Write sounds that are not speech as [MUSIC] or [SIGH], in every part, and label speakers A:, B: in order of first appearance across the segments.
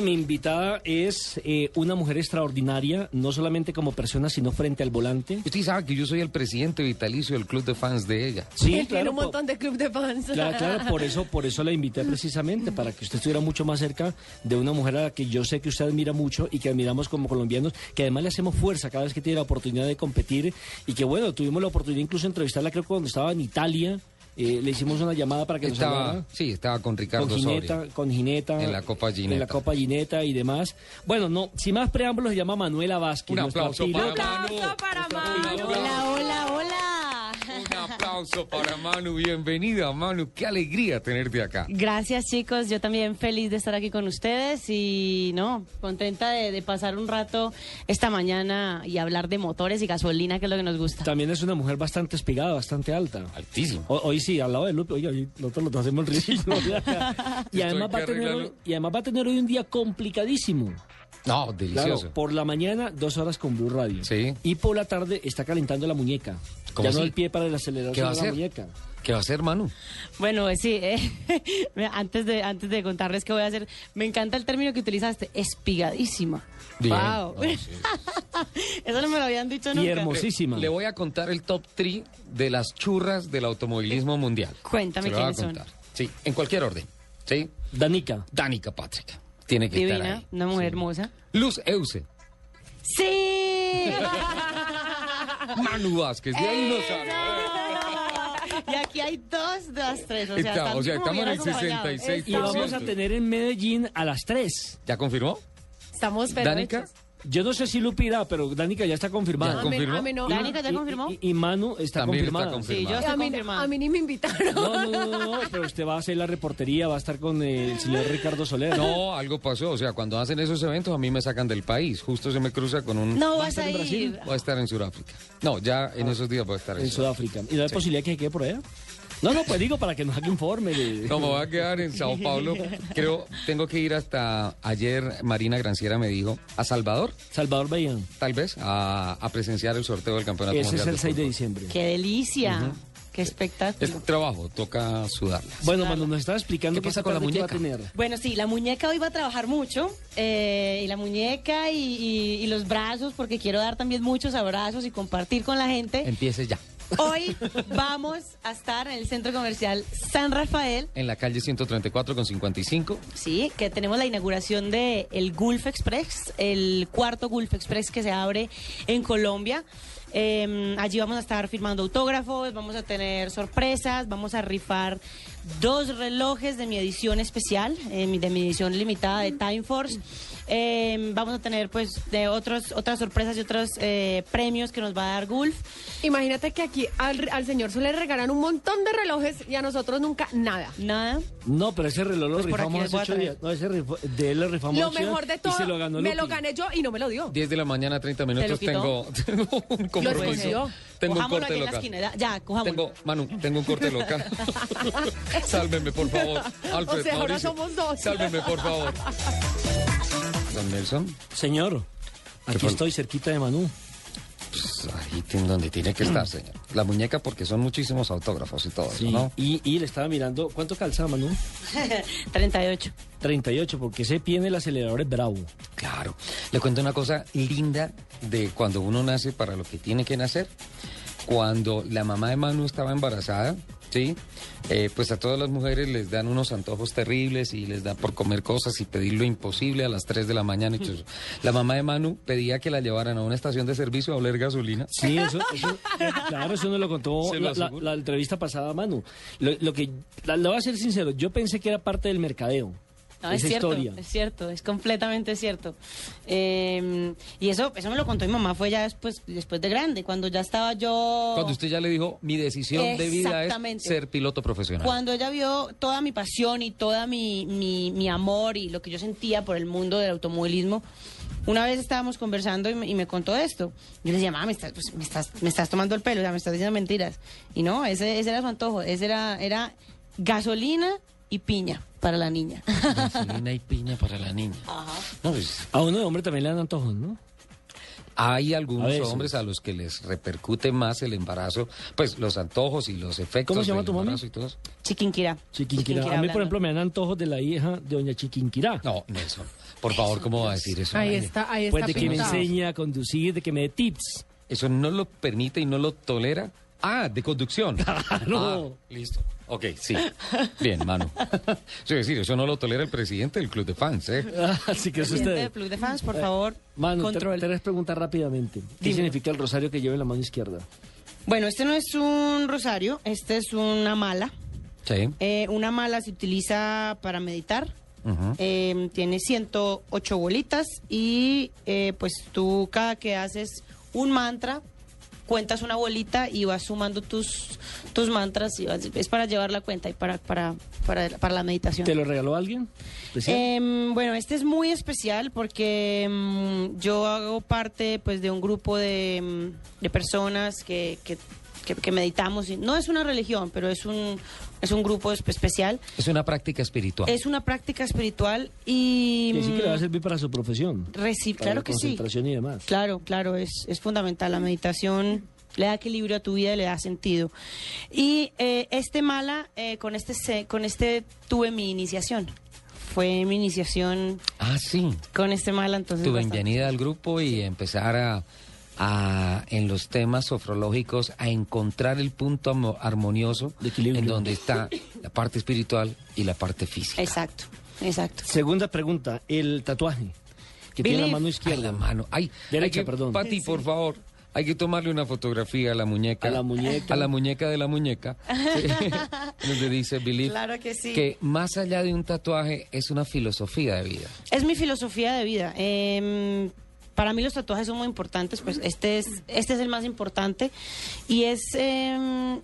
A: Mi invitada es eh, una mujer extraordinaria, no solamente como persona, sino frente al volante.
B: Usted sabe que yo soy el presidente vitalicio del club de fans de ella.
A: Sí,
C: Él tiene un
A: po-
C: montón de club de fans.
A: Claro, claro, por eso, por eso la invité precisamente, para que usted estuviera mucho más cerca de una mujer a la que yo sé que usted admira mucho y que admiramos como colombianos, que además le hacemos fuerza cada vez que tiene la oportunidad de competir y que bueno, tuvimos la oportunidad incluso de entrevistarla creo que cuando estaba en Italia, eh, le hicimos una llamada para que nos
B: Estaba,
A: hablara.
B: sí, estaba con Ricardo
A: con Gineta,
B: Soria.
A: con Gineta.
B: En la Copa Gineta.
A: En la Copa Gineta y demás. Bueno, no, sin más preámbulos, se llama Manuela Vázquez.
B: Un
A: nuestra
B: aplauso
A: piloto.
B: para
C: Un aplauso para Manu.
B: Hola,
D: hola, hola.
B: Un aplauso para Manu, bienvenida Manu, qué alegría tenerte acá.
D: Gracias chicos, yo también feliz de estar aquí con ustedes y no, contenta de, de pasar un rato esta mañana y hablar de motores y gasolina, que es lo que nos gusta.
A: También es una mujer bastante espigada, bastante alta.
B: Altísimo.
A: O- hoy sí, al lado de Lupe, oye, hoy nosotros los dos hacemos el ridículo.
B: [LAUGHS]
A: y,
B: Esto
A: además
B: hay
A: va
B: que
A: a tener hoy,
B: arreglarlo.
A: y además va a tener hoy un día complicadísimo.
B: No,
A: Claro,
B: delicioso.
A: por la mañana, dos horas con Blue Radio.
B: Sí.
A: Y por la tarde está calentando la muñeca.
B: ¿Cómo
A: ya no
B: así?
A: el pie para el acelerador,
B: ¿Qué va a
A: sino la
B: hacer?
A: muñeca.
B: ¿Qué va a hacer Manu?
D: Bueno, eh, sí, eh, [LAUGHS] mira, antes, de, antes de contarles qué voy a hacer, me encanta el término que utilizaste, espigadísima.
B: Bien.
D: Wow.
B: No, sí.
D: [LAUGHS] Eso no me lo habían dicho
A: Y
D: nunca.
A: hermoso. Hermosísima.
B: Le, le voy a contar el top 3 de las churras del automovilismo mundial.
D: Cuéntame
B: Se lo voy a
D: quiénes son.
B: contar. Sí, en cualquier orden. Sí,
A: Danica.
B: Danica Patrick. Tiene que estar
D: Divina,
B: ahí.
D: una mujer hermosa.
B: Luz Euse, [LAUGHS]
D: Sí.
B: Manu Vázquez, de ahí no sale.
D: Y aquí hay dos de las tres. O sea,
B: Está-
D: están
B: o sea,
D: como bien
B: estamos en el
D: acompañados.
B: 66.
A: Y
B: Por
A: vamos a
B: cierto.
A: tener en Medellín a las 3.
B: ¿Ya confirmó?
D: Pues,
C: Estamos perfectos.
B: Danica,
A: Yo no sé si Lupe irá, pero Danica ya está confirmada.
B: Ya,
C: A mí-
B: ¿Confirmó?
C: A mí, no,
D: Está- Danica, ¿te
A: Y-
D: confirmó?
A: Y, y Manu está
B: También está
A: confirmada.
B: confirmada.
D: Sí, yo
C: a
D: estoy
C: mí-
D: confirmada.
C: a mí ni me invitaron.
A: No, no, no, no, pero usted va a hacer la reportería, va a estar con eh, el señor Ricardo Soler.
B: [LAUGHS] No, algo pasó. O sea, cuando hacen esos eventos, a mí me sacan del país. Justo se me cruza con un.
D: No
A: ¿Va a
D: vas
A: estar
D: a
A: en Brasil?
D: ir.
B: Voy a estar en Sudáfrica. No, ya en esos días voy a estar en,
A: en Sudáfrica. ¿Y no hay posibilidad que se quede por allá? No, no, pues digo para que nos haga informe. de-
B: No, me voy a quedar en Sao Paulo. Creo, tengo que ir hasta ayer. Marina Granciera me dijo, a Salvador,
A: Salvador Bahía.
B: tal vez, a, a presenciar el sorteo del campeonato
A: Ese es
B: mundial.
A: el 6 de
B: fútbol.
A: diciembre.
D: ¡Qué delicia! ¡Qué espectáculo!
B: Es trabajo, toca sudarla.
A: Bueno, Manu, nos estaba explicando
B: ¿Qué
A: que
B: pasa
A: esta
B: con la
A: tarde qué va a
B: muñeca?
A: tener.
D: Bueno, sí, la muñeca hoy va a trabajar mucho, eh, y la muñeca y, y- y los brazos, porque quiero dar también muchos abrazos y compartir con la gente.
B: Empiece ya.
D: Hoy vamos a estar en el Centro Comercial San Rafael,
B: En la calle 134 con 55.
D: sí, que tenemos la inauguración de el Gulf Express, el cuarto Gulf Express que se abre en Colombia. Eh, allí vamos a estar firmando autógrafos, vamos a tener sorpresas, vamos a rifar dos relojes de mi edición especial, eh, mi- de mi edición limitada de Time Force. Eh, vamos a tener pues de otros otras sorpresas y otros eh, premios que nos va a dar Gulf.
C: [LAUGHS] Imagínate que aquí al, al señor Soler regalan un montón de relojes y a nosotros nunca nada.
D: Nada.
A: No, pero ese reloj lo
D: Pues por
A: rifamos
D: aquí
A: hace
D: les voy a
A: 8
D: traer.
A: días. No, ese rifo- de él lo rifamos
C: Lo
A: ocho días
C: mejor de
A: Y
C: todo,
A: se lo ganó
C: me lo
A: Lupi.
C: gané yo y no me lo dio.
B: 10 de la mañana, 30 minutos, tengo,
D: quitó?
B: tengo [LAUGHS] un compromiso.
C: escondió?
B: Tengo un
D: Cojámoslo
B: corte
D: allí en la
B: local.
D: esquina, ya, cojámoslo. [LAUGHS]
B: Tengo, Manu, tengo un corte
C: [LAUGHS]
B: local. Sálveme, por favor. Alfred,
C: O sea, ahora
B: Mauricio,
C: somos dos.
B: Sálveme, por favor. Don Nelson,
A: Señor, aquí
B: fue?
A: estoy cerquita de Manu.
B: pues ahí tiene donde tiene que estar, señor. La muñeca, porque son muchísimos autógrafos y todo eso, ¿no?
A: Y, y le estaba mirando, ¿cuánto calza Manu?
D: 38.
A: 38, porque ese pie en el acelerador es bravo.
B: Claro. Le cuento una cosa linda de cuando uno nace para lo que tiene que nacer. Cuando la mamá de Manu estaba embarazada, ¿sí? Eh, pues a todas las mujeres les dan unos antojos terribles y les da por comer cosas y pedir lo imposible a las 3 de la mañana. y todo
D: [LAUGHS]
B: eso. La mamá de Manu pedía que la llevaran a una estación de servicio a oler gasolina.
A: Sí, eso, eso-
D: [LAUGHS]
A: claro, eso nos lo contó
B: Se
A: la,
B: lo
A: la-
B: aseguro.
A: la entrevista pasada, Manu. Lo, lo que, la- le voy a ser sincero, yo pensé que era parte del mercadeo. esa
D: No, Ah, es cierto,
A: historia.
D: es cierto, es completamente cierto. Eh, y eso, eso me lo contó mi mamá, fue ya después, después de grande, cuando ya estaba yo...
B: Cuando usted ya le dijo, mi decisión de vida es
D: Oh. Exactamente.
B: ser piloto profesional.
D: Cuando ella vio toda mi pasión y toda mi, mi, mi amor y lo que yo sentía por el mundo del automovilismo, una vez estábamos conversando y me, y me contó esto. Yo le decía, mamá, me estás, pues, me, estás, me estás tomando el pelo, o sea, me estás diciendo mentiras. Y no, ese, ese era su antojo, ese era, era gasolina y piña para la niña. [LAUGHS]
B: Gasolina y piña para la niña. No, pues,
A: A uno de hombre también le dan antojos, ¿no?
B: Hay
A: A
B: algunos
A: veces.
B: hombres a los que les repercute más el embarazo, pues los antojos y los efectos.
A: ¿Cómo se llama
B: del
A: tu mami?
B: embarazo y todo eso.
D: Chiquinquirá.
A: Chiquinquirá. A mí, por
D: hablando.
A: ejemplo, me dan antojos de la hija de doña Chiquinquirá.
B: No, Nelson, por favor, ¿cómo va a decir eso?
C: Ahí
B: Ay,
C: está, ahí
A: Pues
C: está
A: de que me
C: pintado.
A: enseñe a conducir, de que me dé
D: [LAUGHS]
A: tips. [LAUGHS]
B: Eso no lo permite y no lo tolera. Ah, de conducción.
A: [LAUGHS] Claro.
B: Ah, listo. Ok, sí. Bien, mano. Es decir, eso no lo tolera el presidente del club de fans, ¿eh?
A: Así que eso
D: Presidente
A: usted.
D: del Club de Fans, por favor,
A: Eh, Mano, te
D: control.
A: tres preguntas rápidamente. ¿Qué
D: Dime.
A: significa el rosario que lleva en la mano izquierda?
D: Bueno, este no es un rosario, este es una mala.
B: Sí.
D: Eh, una mala se utiliza para meditar.
B: Ujú.
D: Eh, tiene 108 bolitas y eh, pues tú cada que haces un mantra, cuentas una bolita y vas sumando tus, tus mantras. Y vas- es para llevar la cuenta y para, para, para, para la meditación.
A: ¿Te lo regaló alguien? Pues ¿Especial?
D: Em, bueno, este es muy especial porque em, yo hago parte pues de un grupo de, em, de personas que, que, que- que meditamos. y- No es una religión, pero es un, es un grupo espe- especial.
B: Es una práctica espiritual.
D: Es una práctica espiritual y...
A: que sí que le va a
D: em,
A: servir para su profesión.
D: reci-
A: para
D: claro
A: la
D: que sí.
A: Concentración y demás.
D: Claro, claro, es, es fundamental. La meditación le da equilibrio a tu vida y le da sentido. Y eh, este mala, eh, con, este, se- con este tuve mi iniciación. Fue mi iniciación
B: Ah, sí.
D: con este mala, entonces.
B: tu
D: bastante.
B: bienvenida al grupo y empezar a, a- en los temas sofrológicos a encontrar el punto amo- armonioso
A: De equilibrio.
B: en donde está la parte espiritual y la parte física.
D: Exacto, exacto.
A: Segunda pregunta, el tatuaje que tiene en la
D: Believe.
A: mano
B: Ay,
A: izquierda.
B: la mano. Ay,
A: Derecha,
B: hay que-
A: perdón.
B: Pati, por favor. Hay que tomarle una fotografía a la muñeca.
A: A la muñeca.
B: A la muñeca de la muñeca.
A: [LAUGHS]
B: [LAUGHS] donde dice Billy
D: Claro que sí.
B: que más allá de un tatuaje es una filosofía de vida.
D: Es mi filosofía de vida. Em, para mí los tatuajes son muy importantes, pues este es, este es el más importante y es, em,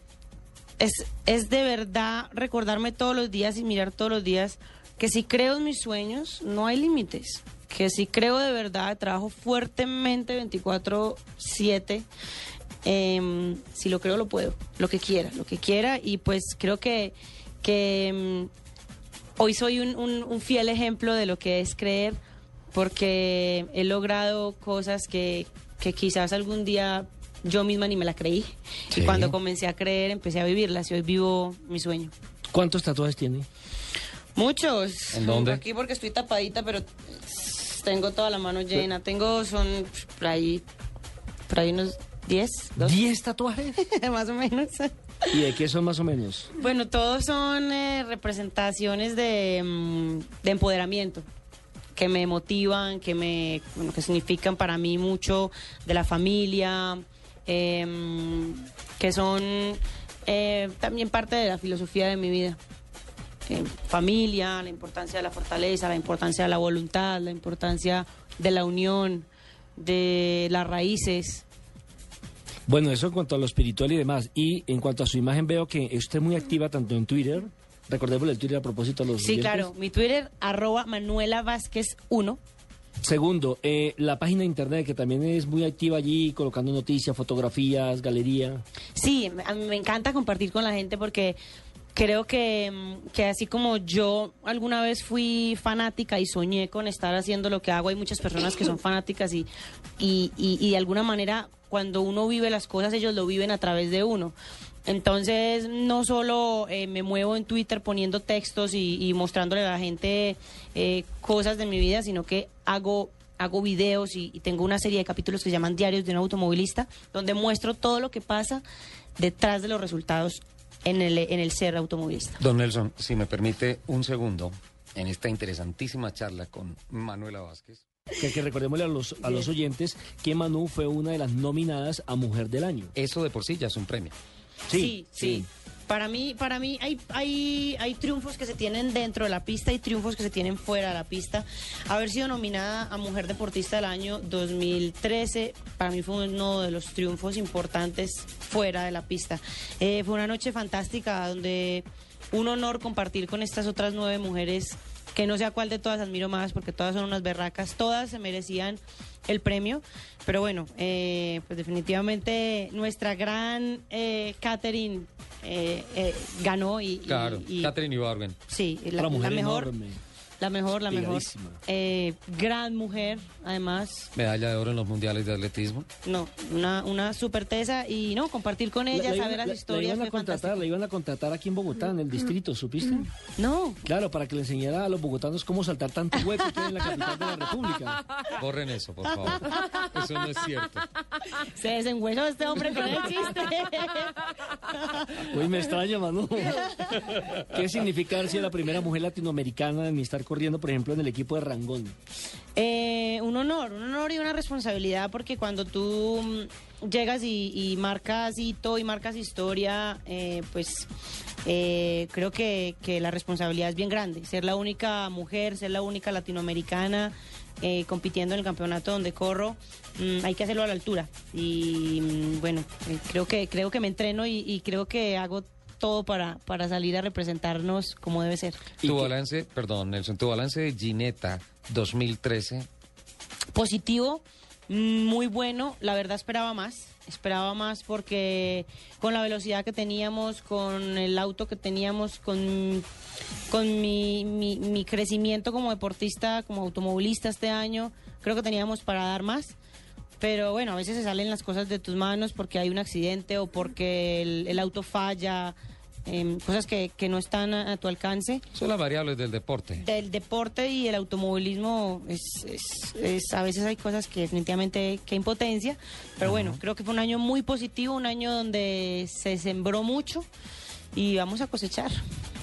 D: es, es de verdad recordarme todos los días y mirar todos los días que si creo en mis sueños no hay límites, que si creo de verdad, trabajo fuertemente 24/7, em, si lo creo lo puedo, lo que quiera, lo que quiera y pues creo que... que em, hoy soy un, un- un fiel ejemplo de lo que es creer, porque he logrado cosas que, que quizás algún día yo misma ni me la creí.
B: Sí.
D: Y cuando comencé a creer, empecé a vivirlas y hoy vivo mi sueño.
A: ¿Cuántos tatuajes tiene?
D: Muchos.
B: ¿En dónde?
D: Aquí porque estoy tapadita, pero tengo toda la mano llena. Tengo, son por ahí, por ahí unos 10, 12,
A: ¿Diez tatuajes?
D: [LAUGHS] más o menos.
A: ¿Y de qué son más o menos?
D: Bueno, todos son eh, representaciones de, mm, de empoderamiento que me motivan, que me bueno, que significan para mí mucho de la familia, em, que son eh, también parte de la filosofía de mi vida. Em, familia, la importancia de la fortaleza, la importancia de la voluntad, la importancia de la unión, de las raíces.
A: Bueno, eso en cuanto a lo espiritual y demás. Y en cuanto a su imagen, veo que usted es muy activa tanto en Twitter. Recordemos el Twitter a propósito a los
D: Sí,
A: oyentes.
D: claro. Mi Twitter, arroba Manuela Vázquez 1.
A: Segundo, eh, la página de internet que también es muy activa allí, colocando noticias, fotografías, galería.
D: Sí, me- a mí me encanta compartir con la gente porque creo que, mm, que así como yo alguna vez fui fanática y soñé con estar haciendo lo que hago, hay muchas personas que son fanáticas y, y, y- y de alguna manera cuando uno vive las cosas ellos lo viven a través de uno. Entonces no solo eh, me muevo en Twitter poniendo textos y, y mostrándole a la gente eh, cosas de mi vida, sino que hago hago videos y, y tengo una serie de capítulos que se llaman Diarios de un automovilista, donde muestro todo lo que pasa detrás de los resultados en el, en el ser automovilista.
B: Don Nelson, si me permite un segundo en esta interesantísima charla con Manuela Vázquez.
A: Que, que recordémosle a los, a los oyentes que Manu fue una de las nominadas a Mujer del Año.
B: Eso de por sí ya es un premio.
A: Sí,
D: Sí, sí.
A: sí.
D: Para mí, para mí hay, hay, hay triunfos que se tienen dentro de la pista y triunfos que se tienen fuera de la pista. Haber sido nominada a Mujer Deportista del Año 2013, para mí fue uno de los triunfos importantes fuera de la pista. Eh, fue una noche fantástica donde un honor compartir con estas otras nueve mujeres que no sé a cuál de todas admiro más porque todas son unas berracas, todas se merecían el premio, pero bueno, eh, pues definitivamente nuestra gran eh, Catherine eh, eh, ganó y... y-
B: Claro,
D: y-
B: Catherine Ibarwen.
D: Sí, la,
A: Otra mujer
D: la mejor.
A: enorme.
D: La mejor, la mejor.
A: Pegadísima.
D: Eh, gran mujer, además.
B: Medalla de oro en los mundiales de atletismo.
D: No, una, una super tesa y no, compartir con ella,
A: iban-
D: saber las historias.
A: iban a
D: fue Mm.
A: contratar,
D: fantástico.
A: la iban a contratar aquí en Bogotá, en el distrito, ¿supiste?
D: No,
A: Claro, para que le enseñara a los bogotanos cómo saltar tanto hueco que hay en la capital de la República.
D: [LAUGHS]
B: Borren eso, por favor. Eso no es cierto.
D: se desenvuelve este hombre con el chiste.
A: [LAUGHS] Uy, me extraña, Manu. ¿Qué significa haber sido la primera mujer latinoamericana en estar corriendo, por ejemplo, en el equipo de Rangón?
D: Eh, un honor, un honor y una responsabilidad porque cuando tú mm, llegas y, y marcas hito y marcas historia, eh, pues eh, creo que, que la responsabilidad es bien grande. Ser la única mujer, ser la única latinoamericana eh, compitiendo en el campeonato donde corro, mm, hay que hacerlo a la altura. Y mm, bueno, eh, creo que creo que me entreno y, y creo que hago todo para, para salir a representarnos como debe ser.
A: ¿Y
B: Tu
A: qué-
B: balance, perdón, Nelson, tu balance de Gineta 2013
D: positivo, mm, muy bueno. La verdad esperaba más, esperaba más porque con la velocidad que teníamos, con el auto que teníamos, con, con mi, mi- mi crecimiento como deportista, como automovilista este año, creo que teníamos para dar más. Pero bueno, a veces se salen las cosas de tus manos porque hay un accidente o porque el, el auto falla, em, cosas que, que no están a- a tu alcance
B: son las variables del deporte.
D: del deporte y el automovilismo es, es- es- a veces hay cosas que definitivamente que impotencia pero bueno creo que fue un año muy positivo un año donde se sembró mucho y vamos a cosechar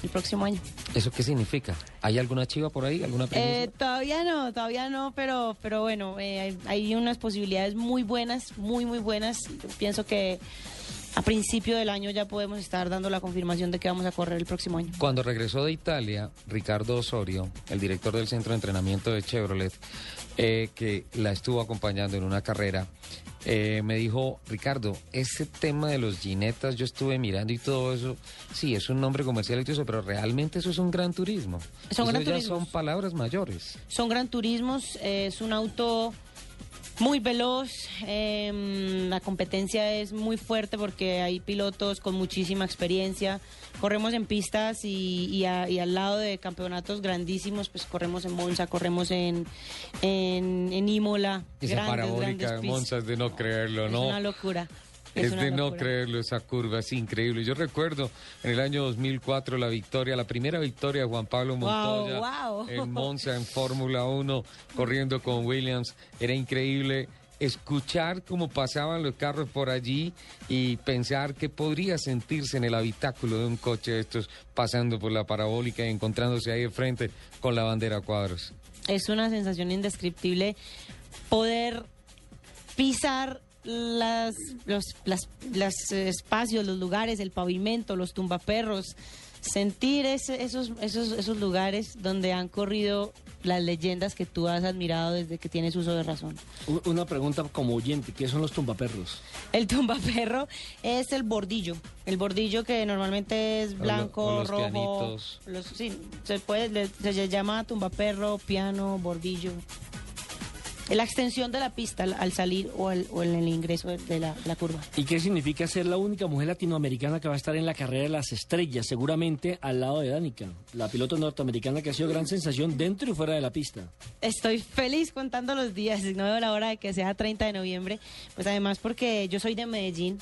D: el próximo año
B: ¿Eso qué significa? ¿Hay alguna chiva por ahí? ¿Alguna
D: Eh,
B: primicia?
D: todavía no todavía no pero pero bueno eh, hay, hay unas posibilidades muy buenas muy muy buenas Yo pienso que a principio del año ya podemos estar dando la confirmación de que vamos a correr el próximo año
B: Cuando regresó de Italia, Ricardo Osorio, el director del centro de entrenamiento de Chevrolet, eh, que la estuvo acompañando en una carrera, eh, me dijo, Ricardo, ese tema de los jinetas, yo estuve mirando y todo eso, sí, es un nombre comercial y todo eso, pero realmente eso es un gran turismo.
D: Son
B: Eso
D: gran
B: ya
D: turismos.
B: son palabras mayores.
D: Son gran turismos, eh, es un auto muy veloz, em, la competencia es muy fuerte porque hay pilotos con muchísima experiencia, corremos en pistas y, y a- y al lado de campeonatos grandísimos, pues corremos en Monza, corremos en, en, en Imola,
B: Esa parabólica
D: grandes
B: de
D: pistas.
B: Monza es de no creerlo, ¿no?
D: Es una locura.
B: Es,
D: una
B: de no
D: locura.
B: creerlo, esa curva es increíble. Yo recuerdo en el año 2004 la victoria, la primera victoria de Juan Pablo Montoya
D: wow.
C: [LAUGHS]
B: en Monza en Fórmula 1 corriendo con Williams. Era increíble escuchar cómo pasaban los carros por allí y pensar que podría sentirse en el habitáculo de un coche de estos pasando por la parabólica y encontrándose ahí de frente con la bandera a cuadros.
D: es una sensación indescriptible poder pisar las, los las- las, eh, espacios, los lugares, el pavimento, los tumbaperros, sentir ese- esos, esos, esos lugares donde han corrido las leyendas que tú has admirado desde que tienes uso de razón.
A: u- Una pregunta como oyente, ¿qué son los tumbaperros?
D: El tumbaperro es el bordillo. El bordillo que normalmente es
B: lo-
D: blanco,
B: o los
D: rojo.
B: pianitos.
D: los- sí, se, puede, le- se le llama tumbaperro, piano, bordillo. Es La extensión de la pista al, al salir o, al- o en el ingreso de, de la, la curva.
A: ¿Y qué significa ser la única mujer latinoamericana que va a estar en la carrera de las estrellas, seguramente al lado de Danica, la piloto norteamericana que ha sido gran sensación dentro y fuera de la pista?
D: Estoy feliz contando los días, [LAUGHS] no veo la hora de que sea 30 de noviembre, pues además porque yo soy de Medellín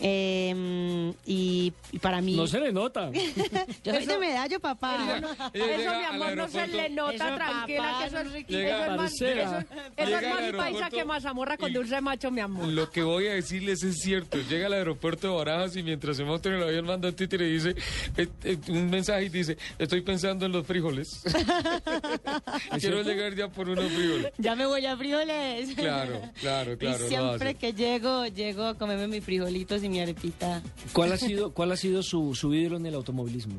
D: eh, y, y para mí...
A: No se le
D: [LAUGHS]
A: nota.
D: Yo soy de
C: Eso-
D: Medallo, papá.
C: Eso, mi amor, no se le nota,
D: Eso,
C: tranquila,
D: papá,
C: que eso es,
D: Enriquita.
A: Llega
C: eso es más,
A: parcera.
C: eso, eso
B: Llega
C: es
B: al
C: más paisa
B: aeropuerto
C: que mazamorra con
B: y-
C: dulce de macho, mi amor.
B: Lo que voy a decirles es cierto. Llega al aeropuerto de Barajas y mientras se monta en el avión manda un títere y dice eh, eh, un mensaje y dice, estoy pensando en los frijoles. Quiero llegar ya por unos frijoles.
D: Ya me voy a frijoles.
B: Claro, claro, claro, lo
D: [LAUGHS] Y siempre
B: hace.
D: que llego, llego a comerme mis frijolitos y mi arepita.
A: ¿Cuál ha sido, cuál ha sido su, su ídolo en el automovilismo?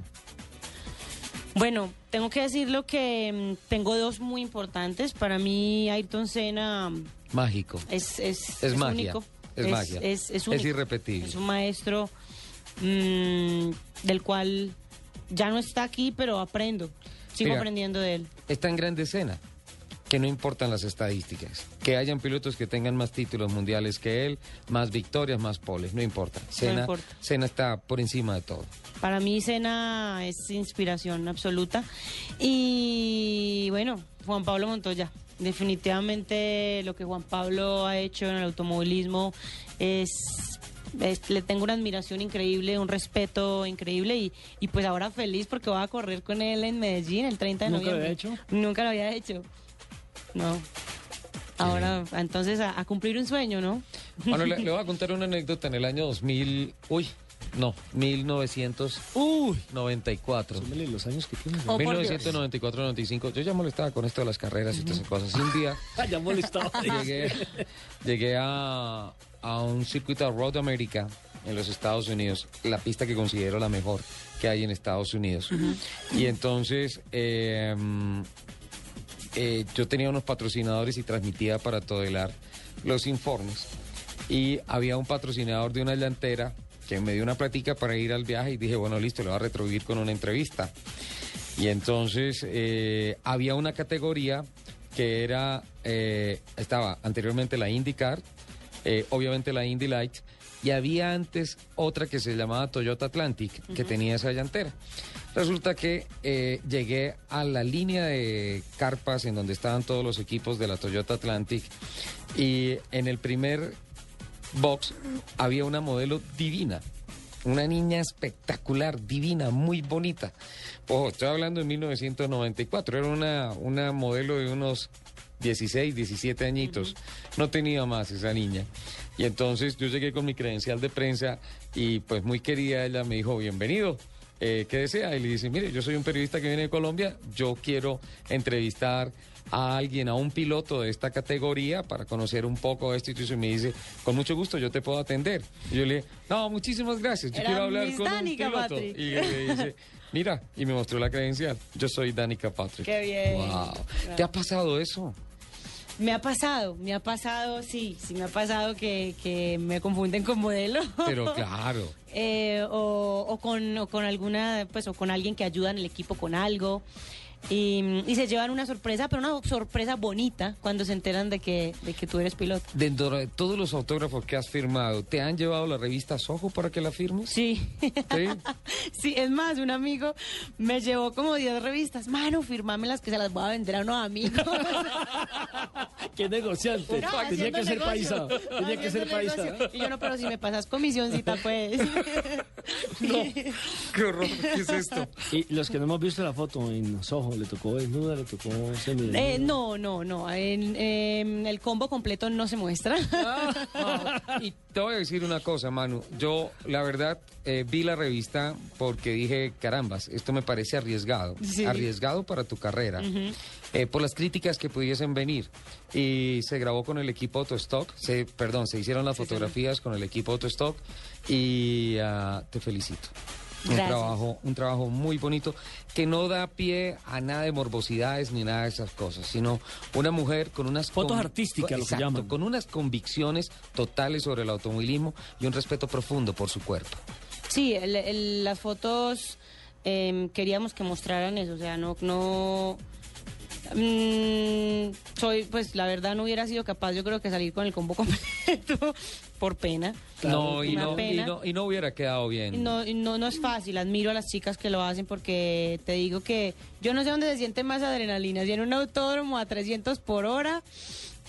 D: Bueno, tengo que decirlo que mm, tengo dos muy importantes. Para mí, Ayrton Senna mm,
B: Mágico.
D: es, es,
B: Es magia,
D: único.
B: es magia,
D: Es,
B: es
D: único.
B: irrepetible.
D: Es un maestro mm, del cual ya no está aquí, pero aprendo. Sigo
B: Mira.
D: aprendiendo de él.
B: Está en gran escena. que no importan las estadísticas, que hayan pilotos que tengan más títulos mundiales que él, más victorias, más poles, no importa. Senna,
D: importa.
B: Senna está por encima de todo.
D: Para mí Cena es inspiración absoluta. Y bueno, Juan Pablo Montoya. Definitivamente lo que Juan Pablo ha hecho en el automovilismo es... es- le tengo una admiración increíble, un respeto increíble y, y pues ahora feliz porque voy a correr con él en Medellín el 30 de
A: ¿Nunca lo
D: noviembre.
A: había hecho?
D: Nunca lo había hecho. No. Ahora, entonces, a- a cumplir un sueño, ¿no?
B: Bueno, le, le voy a contar una anécdota en el año 2000, uy, no, 1994.
A: Uy, súmele los años que tiene.
D: Oh, por Dios.
B: 1994-95, yo ya molestaba con esto de las carreras y todas esas cosas. Un
D: [LAUGHS]
B: día
A: Ah, ya [LAUGHS] molestaba.
B: llegué, llegué a, a un circuito de Road America en los Estados Unidos, la pista que considero la mejor que hay en Estados Unidos. Y entonces eh, eh, yo tenía unos patrocinadores y transmitía para Todelar los informes. Y había un patrocinador de una llantera que me dio una platica para ir al viaje y dije, bueno, listo, le voy a retribuir con una entrevista. Y entonces eh, había una categoría que era, eh, estaba anteriormente la IndyCar, eh, obviamente la Indy Light, y había antes otra que se llamaba Toyota Atlantic, que tenía esa llantera. Resulta que eh, llegué a la línea de carpas en donde estaban todos los equipos de la Toyota Atlantic y en el primer box había una modelo divina. Una niña espectacular, divina, muy bonita. Ojo, estoy hablando de 1994. Era una, una modelo de unos 16, 17 añitos. No tenía más esa niña. Y entonces yo llegué con mi credencial de prensa y pues muy querida ella me dijo, bienvenido. Eh, ¿Qué desea? Y le dice, mire, yo soy un periodista que viene de Colombia, yo quiero entrevistar a alguien, a un piloto de esta categoría para conocer un poco esto. Y tú- y me dice, con mucho gusto, yo te puedo atender. Y yo le dije, no, muchísimas gracias, yo
D: Era
B: quiero hablar
D: Miss
B: con
D: Danica
B: un piloto.
D: Patrick.
B: Y le
D: [LAUGHS]
B: dice, mira, y me mostró la credencial, yo soy Danica Patrick.
D: Qué bien.
B: Wow. ¿Te ha pasado eso?
D: Me ha pasado, me ha pasado, sí, sí me ha pasado que, que me confunden con modelo.
B: Pero claro.
D: [LAUGHS] Eh, o, o con, o con alguna, pues, o con alguien que ayuda en el equipo con algo. Y, y se llevan una sorpresa, pero una sorpresa bonita cuando se enteran de que, de que tú eres piloto.
B: Dentro de todos los autógrafos que has firmado, ¿te han llevado la revista Soho para que la firmes?
D: Sí. [LAUGHS]
B: Sí.
D: Sí, es más, un amigo me llevó como 10 revistas. Mano, firmame las que se las voy a vender a unos amigos.
A: Qué negociante.
D: No,
A: Tenía
D: haciendo
A: que ser
D: negocio.
A: paisa. Tenía que
D: Haciendo
A: ser paisa.
D: negocio. Y yo no, pero si me pasas comisioncita,
A: [LAUGHS]
D: pues.
B: Qué horror, ¿qué es esto?
A: Y los que no hemos visto la foto en Soho, le tocó desnuda, le tocó semidesnuda.
D: [LAUGHS] Eh, no, no, no. En- em, el combo completo no se muestra.
A: Ah.
B: [LAUGHS] Y te voy a decir una cosa, Manu. Yo, la verdad, eh, vi la revista porque dije, carambas, esto me parece arriesgado.
D: Sí.
B: Arriesgado para tu carrera. eh, por las críticas que pudiesen venir. Y se grabó con el equipo Autostock. Se, perdón, se hicieron las fotografías con el equipo Autostock. Y ah, te felicito. Un
D: Gracias.
B: trabajo, un trabajo muy bonito que no da pie a nada de morbosidades ni nada de esas cosas, sino una mujer con unas
A: Fotos artísticas, lo que
B: Exacto,
A: llaman.
B: con unas convicciones totales sobre el automovilismo y un respeto profundo por su cuerpo.
D: [LAUGHS] Sí, el- el- las fotos em, queríamos que mostraran eso. O sea, no. no mm, soy, pues la verdad no hubiera sido capaz, yo creo que salir con el combo completo [LAUGHS] por pena.
B: no, y
D: una
B: no, y,
D: pena.
B: no, y no hubiera quedado bien.
D: No, no, no es fácil, admiro a las chicas que lo hacen porque te digo que yo no sé dónde se siente más adrenalina, si en un autódromo a 300 por hora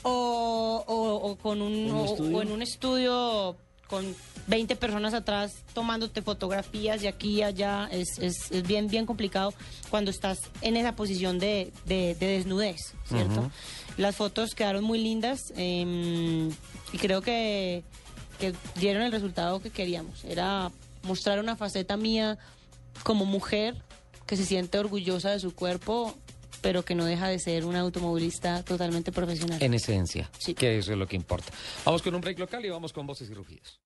D: o, o- o con un,
A: ¿En un
D: o-
A: estudio?
D: o en un estudio con 20 personas atrás tomándote fotografías de aquí y allá, es, es- es bien, bien complicado cuando estás en esa posición de, de- de desnudez, ¿cierto?
B: Ujú.
D: Las fotos quedaron muy lindas eh, y creo que, que dieron el resultado que queríamos. Era mostrar una faceta mía como mujer que se siente orgullosa de su cuerpo, pero que no deja de ser una automovilista totalmente profesional.
B: En esencia,
D: Sí.
B: que eso es lo que importa. Vamos con un break local y vamos con voces y rugidos.